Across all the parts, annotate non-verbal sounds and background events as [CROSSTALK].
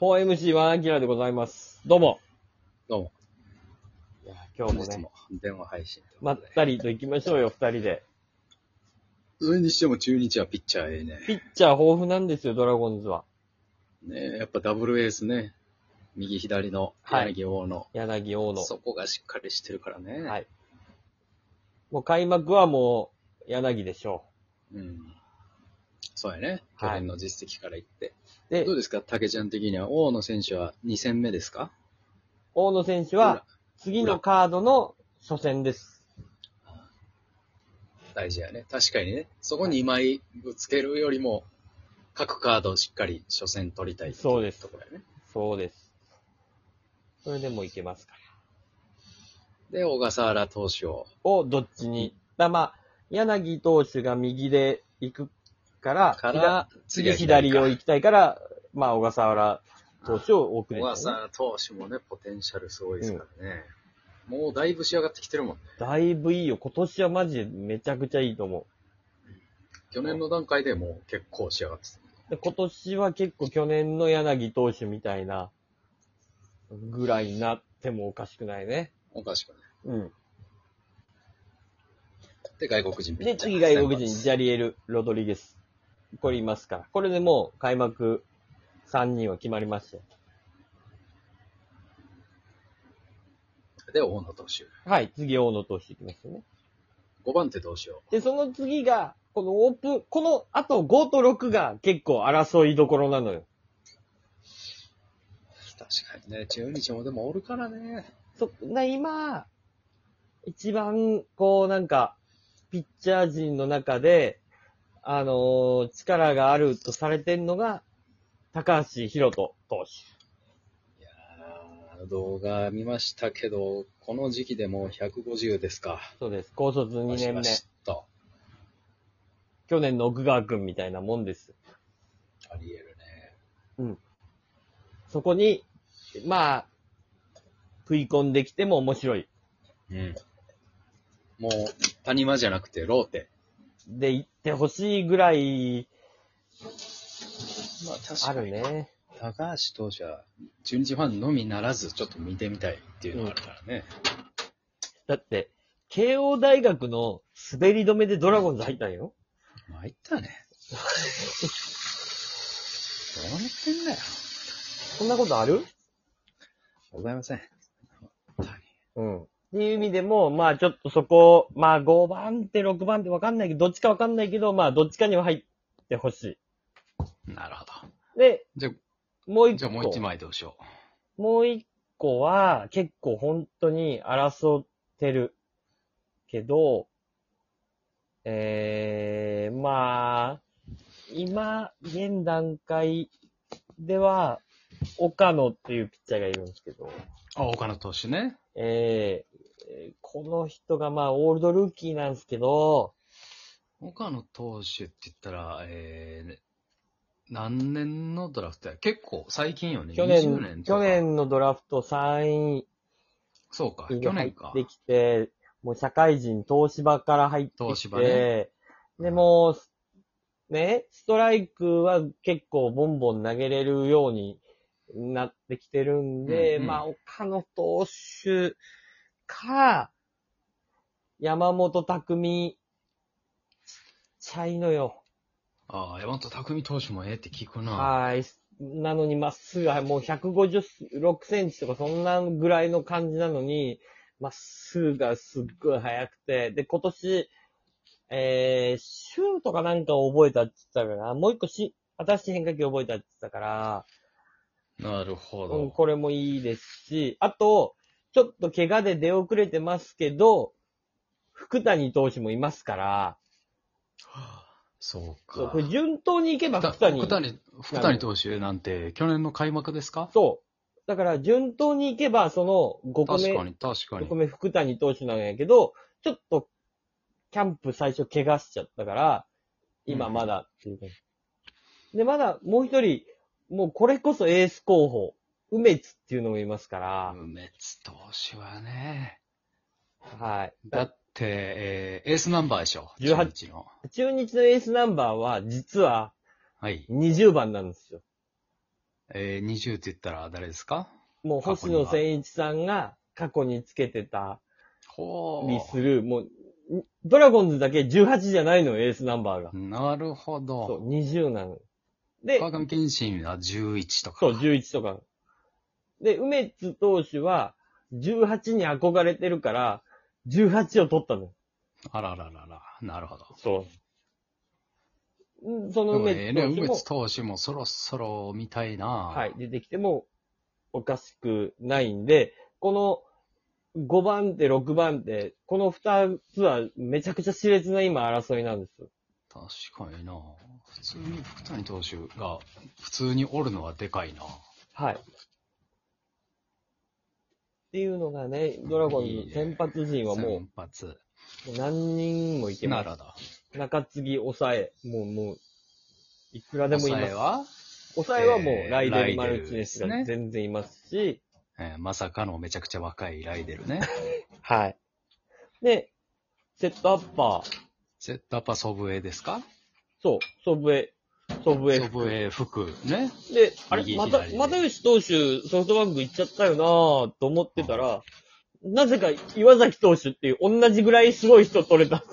4MC はアキラでございます。どうも。どうも。いや、今本日も日ね、も電話配信。まったりと行きましょう [LAUGHS] よ、二人で。それにしても中日はピッチャーええね。ピッチャー豊富なんですよ、ドラゴンズは。ねえやっぱダブルエースね。右左のはい柳王の、柳大野。そこがしっかりしてるからね。はいもう開幕はもう、柳でしょうん。そうやね。はい去年の実績から言って。う。でどう、ですか竹ちゃん的には、大野選手は2戦目ですか大野選手は、次のカードの初戦です。大事やね。確かにね。そこに2枚ぶつけるよりも、各カードをしっかり初戦取りたいっていそうですところやね。そうです。それでもいけますから。で、小笠原投手を。を、どっちに。だまあ、柳投手が右で行くから、から、次左を行きたいから、まあ、小笠原投手を送れ小たよね笠原投手もね、ポテンシャルすごいですからね。もうだいぶ仕上がってきてるもんね。だいぶいいよ。今年はマジでめちゃくちゃいいと思去年の段階でもう結構仕上がってた。う。で今年は結構去年の柳投手みたいな、ぐらいになってもおかしくないね。おかしくない。うん。で、外国人ピで、ッチャー次外国人、先ジャリエル・ロドリゲス。これいますから。これでもう開幕3人は決まりましたよ発で、大野投手。はい。次、大野投手いきますよね。 5番手投手を。で、その次が、このオープン、この後5と6が結構争いどころなのよ。確かにね、中日もでもおるからね。そ、な、今、一番、こう、なんか、ピッチャー陣の中で、あのー力があるとされてんのが、高橋宏斗投手。あー動画見ましたけど、この時期でもう150ですか。そうです。高卒2年目バ。シバシッと去年の奥川くんみたいなもんです。あり得るね。そこに、まあ、食い込んできても面白い。うん。もう、谷間じゃなくて、ローテ。で、行ってほしいぐらい、まあ、確あるね。高橋投手は、中日ファンのみならず、ちょっと見てみたいっていうのがあるからね。だって、慶応大学の滑り止めでドラゴンズ入ったんよ。参ったね。どうなってんだよ。そんなことあるございません。うん。っていう意味でも、まあちょっとそこ、まあ5番手、6番手わかんないけど、どっちかわかんないけど、まあどっちかには入ってほしなるほど。い。で、じゃ、もう一個。じゃあもう一枚どうしよもう一個は、結構本当に争ってるけど、えー、まあ、今、現段階では、岡野っていうピッチャーがいるんですけど、う。あ、他の投手ね。えーえーこの人がまあ、オールドルーキーなんですけど、他の投手って言ったら、えー、何年のドラフトや結構最近よね。去20年、年と去か。年のドラフト3そうか、位去で入年かっ。てきて、もう社会人東芝から入って東き芝てね、でもう、ね、ストライクは結構ボンボン投げれるようになってきてるんで、うんうんまあ、岡野投手か、山本匠、ちっちゃいのよ。ああ、山本匠投手もええって聞くな。はい。なのに、まっすぐはもう156センチとかそんなぐらいの感じなのに、まっすぐがすっごい速くて、で、今年、えー、シュートかなんかを覚えたって言ってたから、もう一個し、新しい変化球覚えたって言ってたから、なるほうん、ど。これもいいですし、あと、ちょっと怪我で出遅れてますけど、福谷投手もいますから、そうそうか。これ順当にいけば福谷。福谷、福谷投手なんて、去年の開幕ですかそう。だから、順当にいけば、その5個確目か、に、確か5個に。目福谷投手なんやけど、ちょっと、キャンプ最初怪我しちゃったから、今うんまだっていう感じ。で、まだもう一人、もうこれこそエース候補、梅津っていうのもいますから、梅津投手はね、はい。だって、えーエースナンバーでしょ。 18中日の。中日のエースナンバーは、実ははい。 20番なんですよ。えー、20って言ったら誰ですかもう星野千一さんが過去につけてたほりする、もう、ドラゴンズだけ18じゃないのよ、エースナンバーが。なるほそど。う、20なの。で、川上健信は11とか。そう、11とか。で、梅津投手は、18に憧れてるから、18を取ったの。あらららら、なるほど。そう。んそでのも梅ええ津投手ね、梅も、津投手もそろそろ見たいなはい、出てきても、おかしくないんで、この5番手、6番手、この2つはめちゃくちゃ熾烈な今争いなんです。確かにな普通に福谷投手が普通におるのはでかいなはい。っていうのがね、ドラゴいいンねズ先発陣はも先発。う何人もいけなますら。だ。中継ぎ、抑え、もう、もう、いくらでもい抑まえす。は、抑えはもえう、ーライデラル・イデルマルチネスですがね全然いますし、えーまさかのめちゃくちゃ若いライデルね。はい。で、セットアッパー、セットアッパーソブエですかそう、ソブエ、ソブエ。ソブエ服ね。で、あれ、右また左、でまたよし投手、ソフトバンク行っちゃったよなぁと思ってたら、なぜか岩崎投手っていう同じぐらいすごい人取れた。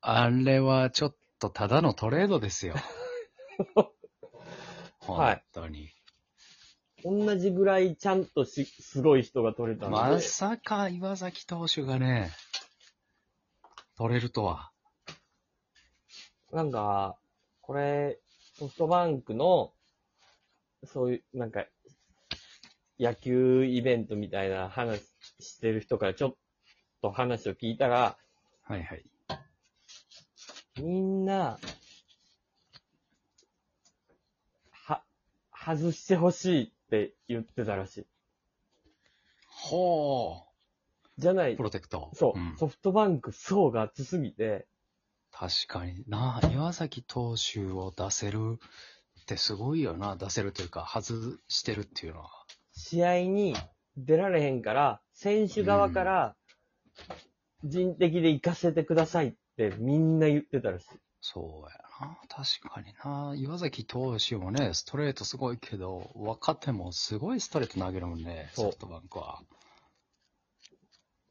あれはちょっとただのトレー [LAUGHS] ドですよ。本当に。同じぐらいちゃんとし、すごい人が取れたので。まさか岩崎投手がね、取れるとは。なんか、これ、ソフトバンクの、そういう、なんか、野球イベントみたいな話してる人からちょっと話を聞いたら、はいはい。みんな、は、外してほしいって言ってたらしい。ほじゃなう。いプ、ロテクト。そう、んソフトバンク層が厚すぎて、確かにな、岩崎投手を出せるってすごいよな、出せるというか、外してるっていうのは。試合に出られへんから、選手側から人的で行かせてくださいってみんな言ってたらしい。そうやな、確かにな、岩崎投手もね、ストレートすごいけど、若手もすごいストレート投げるもんね、そうソフトバンクは。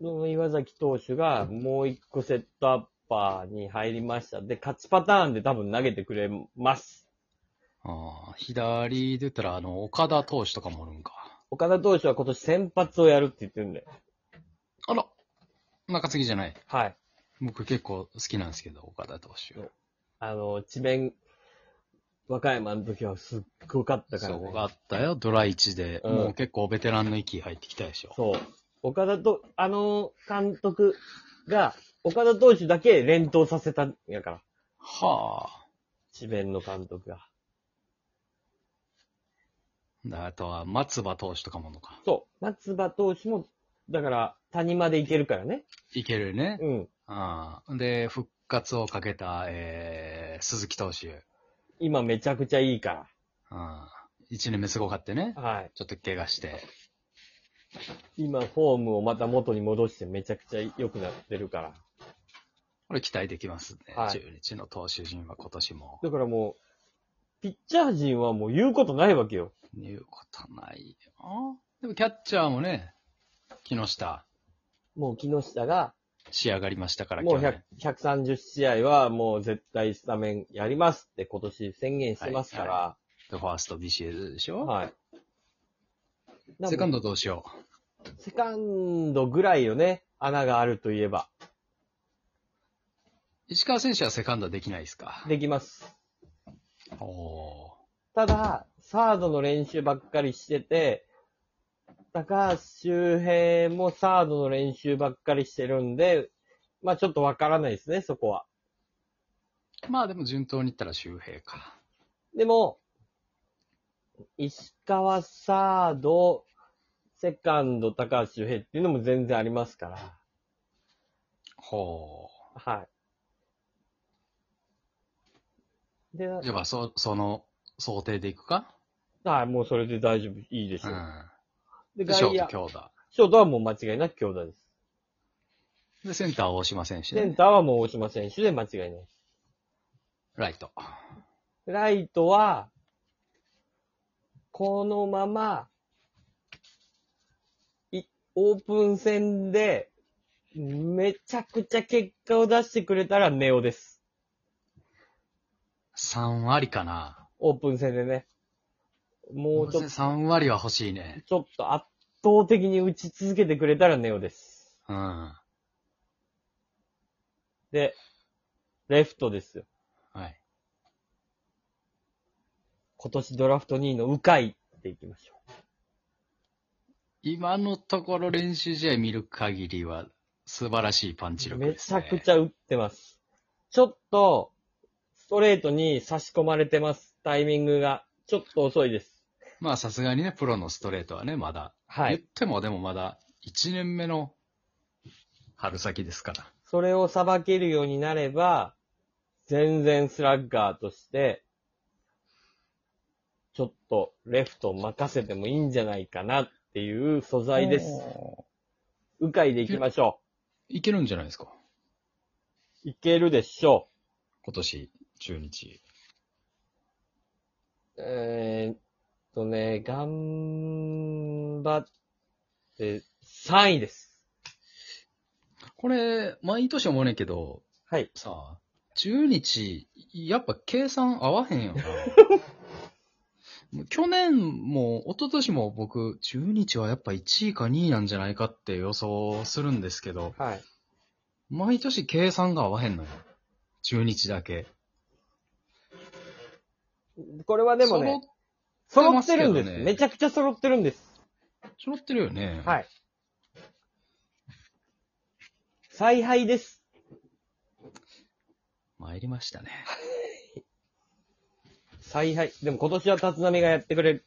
その岩崎投手がもう一個セットアッパーに入りました。で、勝ちパターンで多分投げてくれます。ああ左で言ったら、あの、岡田投手とかもおるんか。岡田投手は今年先発をやるって言ってるんで。あら、中継ぎじゃない。はい。僕結構好きなんですけど、岡田投手。あの、智弁、和歌山の時はすっごかったから、そね。う、があったよ、ドラ1で。うんもう結構ベテランの域入ってきたでしょ。そう。岡田と、あの監督が、岡田投手だけ連投させたんやから。はあ。智弁の監督が。だあとは、松葉投手とかものか。そう。松葉投手も、だから、谷間でいけるからね。いけるね。うん。ああで、復活をかけた、えー、鈴木投手。今めちゃくちゃいいかああ一年目すごかったねら。。はい。ちょっと怪我して。今、フォームをまた元に戻してめちゃくちゃ良くなってるから。これ期待できますね。はい中日の投手陣は今年も。だからもう、ピッチャー陣はもう言うことないわけよ。言うことないよ。でも、キャッチャーもね、木下、もう木下が、仕上がりましたから、もう去100年130試合はもう絶対スタメンやりますって今年宣言してますから。ファースト BCS でしょ、はい。セカンド。ドどうしよう。セカンドぐらいよね。穴があるといえば。石川選手はセカンドできないですかできます。おおただ、サードの練習ばっかりしてて、高橋周平もサードの練習ばっかりしてるんで、まあちょっとわからないですね、そこは。ー。まあでも順当にいったら周平か。でも、石川サード、セカンド高橋周平っていうのも全然ありますから。ほう。はい。で、じゃあ、そ、その、想定でいくかはい、もうそれで大丈夫、いいでしょう。うん。で、で、ショ外ート野、強打。ショートはもう間違いなく強打です。で、センター大島選手センね。ターはもう大島選手で間違いないです。ライト。ライトは、このまま、い、オープン戦で、めちゃくちゃ結果を出してくれたらネオです。 3割かな。オープン戦でね。もうちょっと、 3割は欲しいね。ちょっと圧倒的に打ち続けてくれたらネオです。うん。で、レフトですよ。はい。今年ドラフト2位の鵜飼っていきましょ今のところ練習試合見る限りは素晴らしいパンチう。力めです、ちね。ゃくちゃ打ってます。ちょっと、ストレートに差し込まれてます。タイミングが。ちょっと遅いです。まあさすがにね、プロのストレートはね、まだ。は言っい。てもでもまだ1年目の春先ですから。それをさばけるようになれば、全然スラッガーとして、ちょっとレフト任せてもいいんじゃないかなっていう素材です。お鵜飼でいきましょー。いけるんじゃないですか。う。いけるでしょう。今年、中日。えーっとね、頑張って、3位です。これ、毎年思うねんけど、はい。さあ、中日、やっぱ計算合わへん [LAUGHS] よな。もう去年も、一昨年も僕、中日はやっぱ1位か2位なんじゃないかって予想するんですけど、はい。毎年計算が合わへんのよ。中日だけ。これはでもね、揃揃っってるんですてますけどねめちゃくちゃ揃ってるんです。そろ、揃ってるよね。。はいい。采配です。参りましたね。采配。でも今年は立浪がやってくれ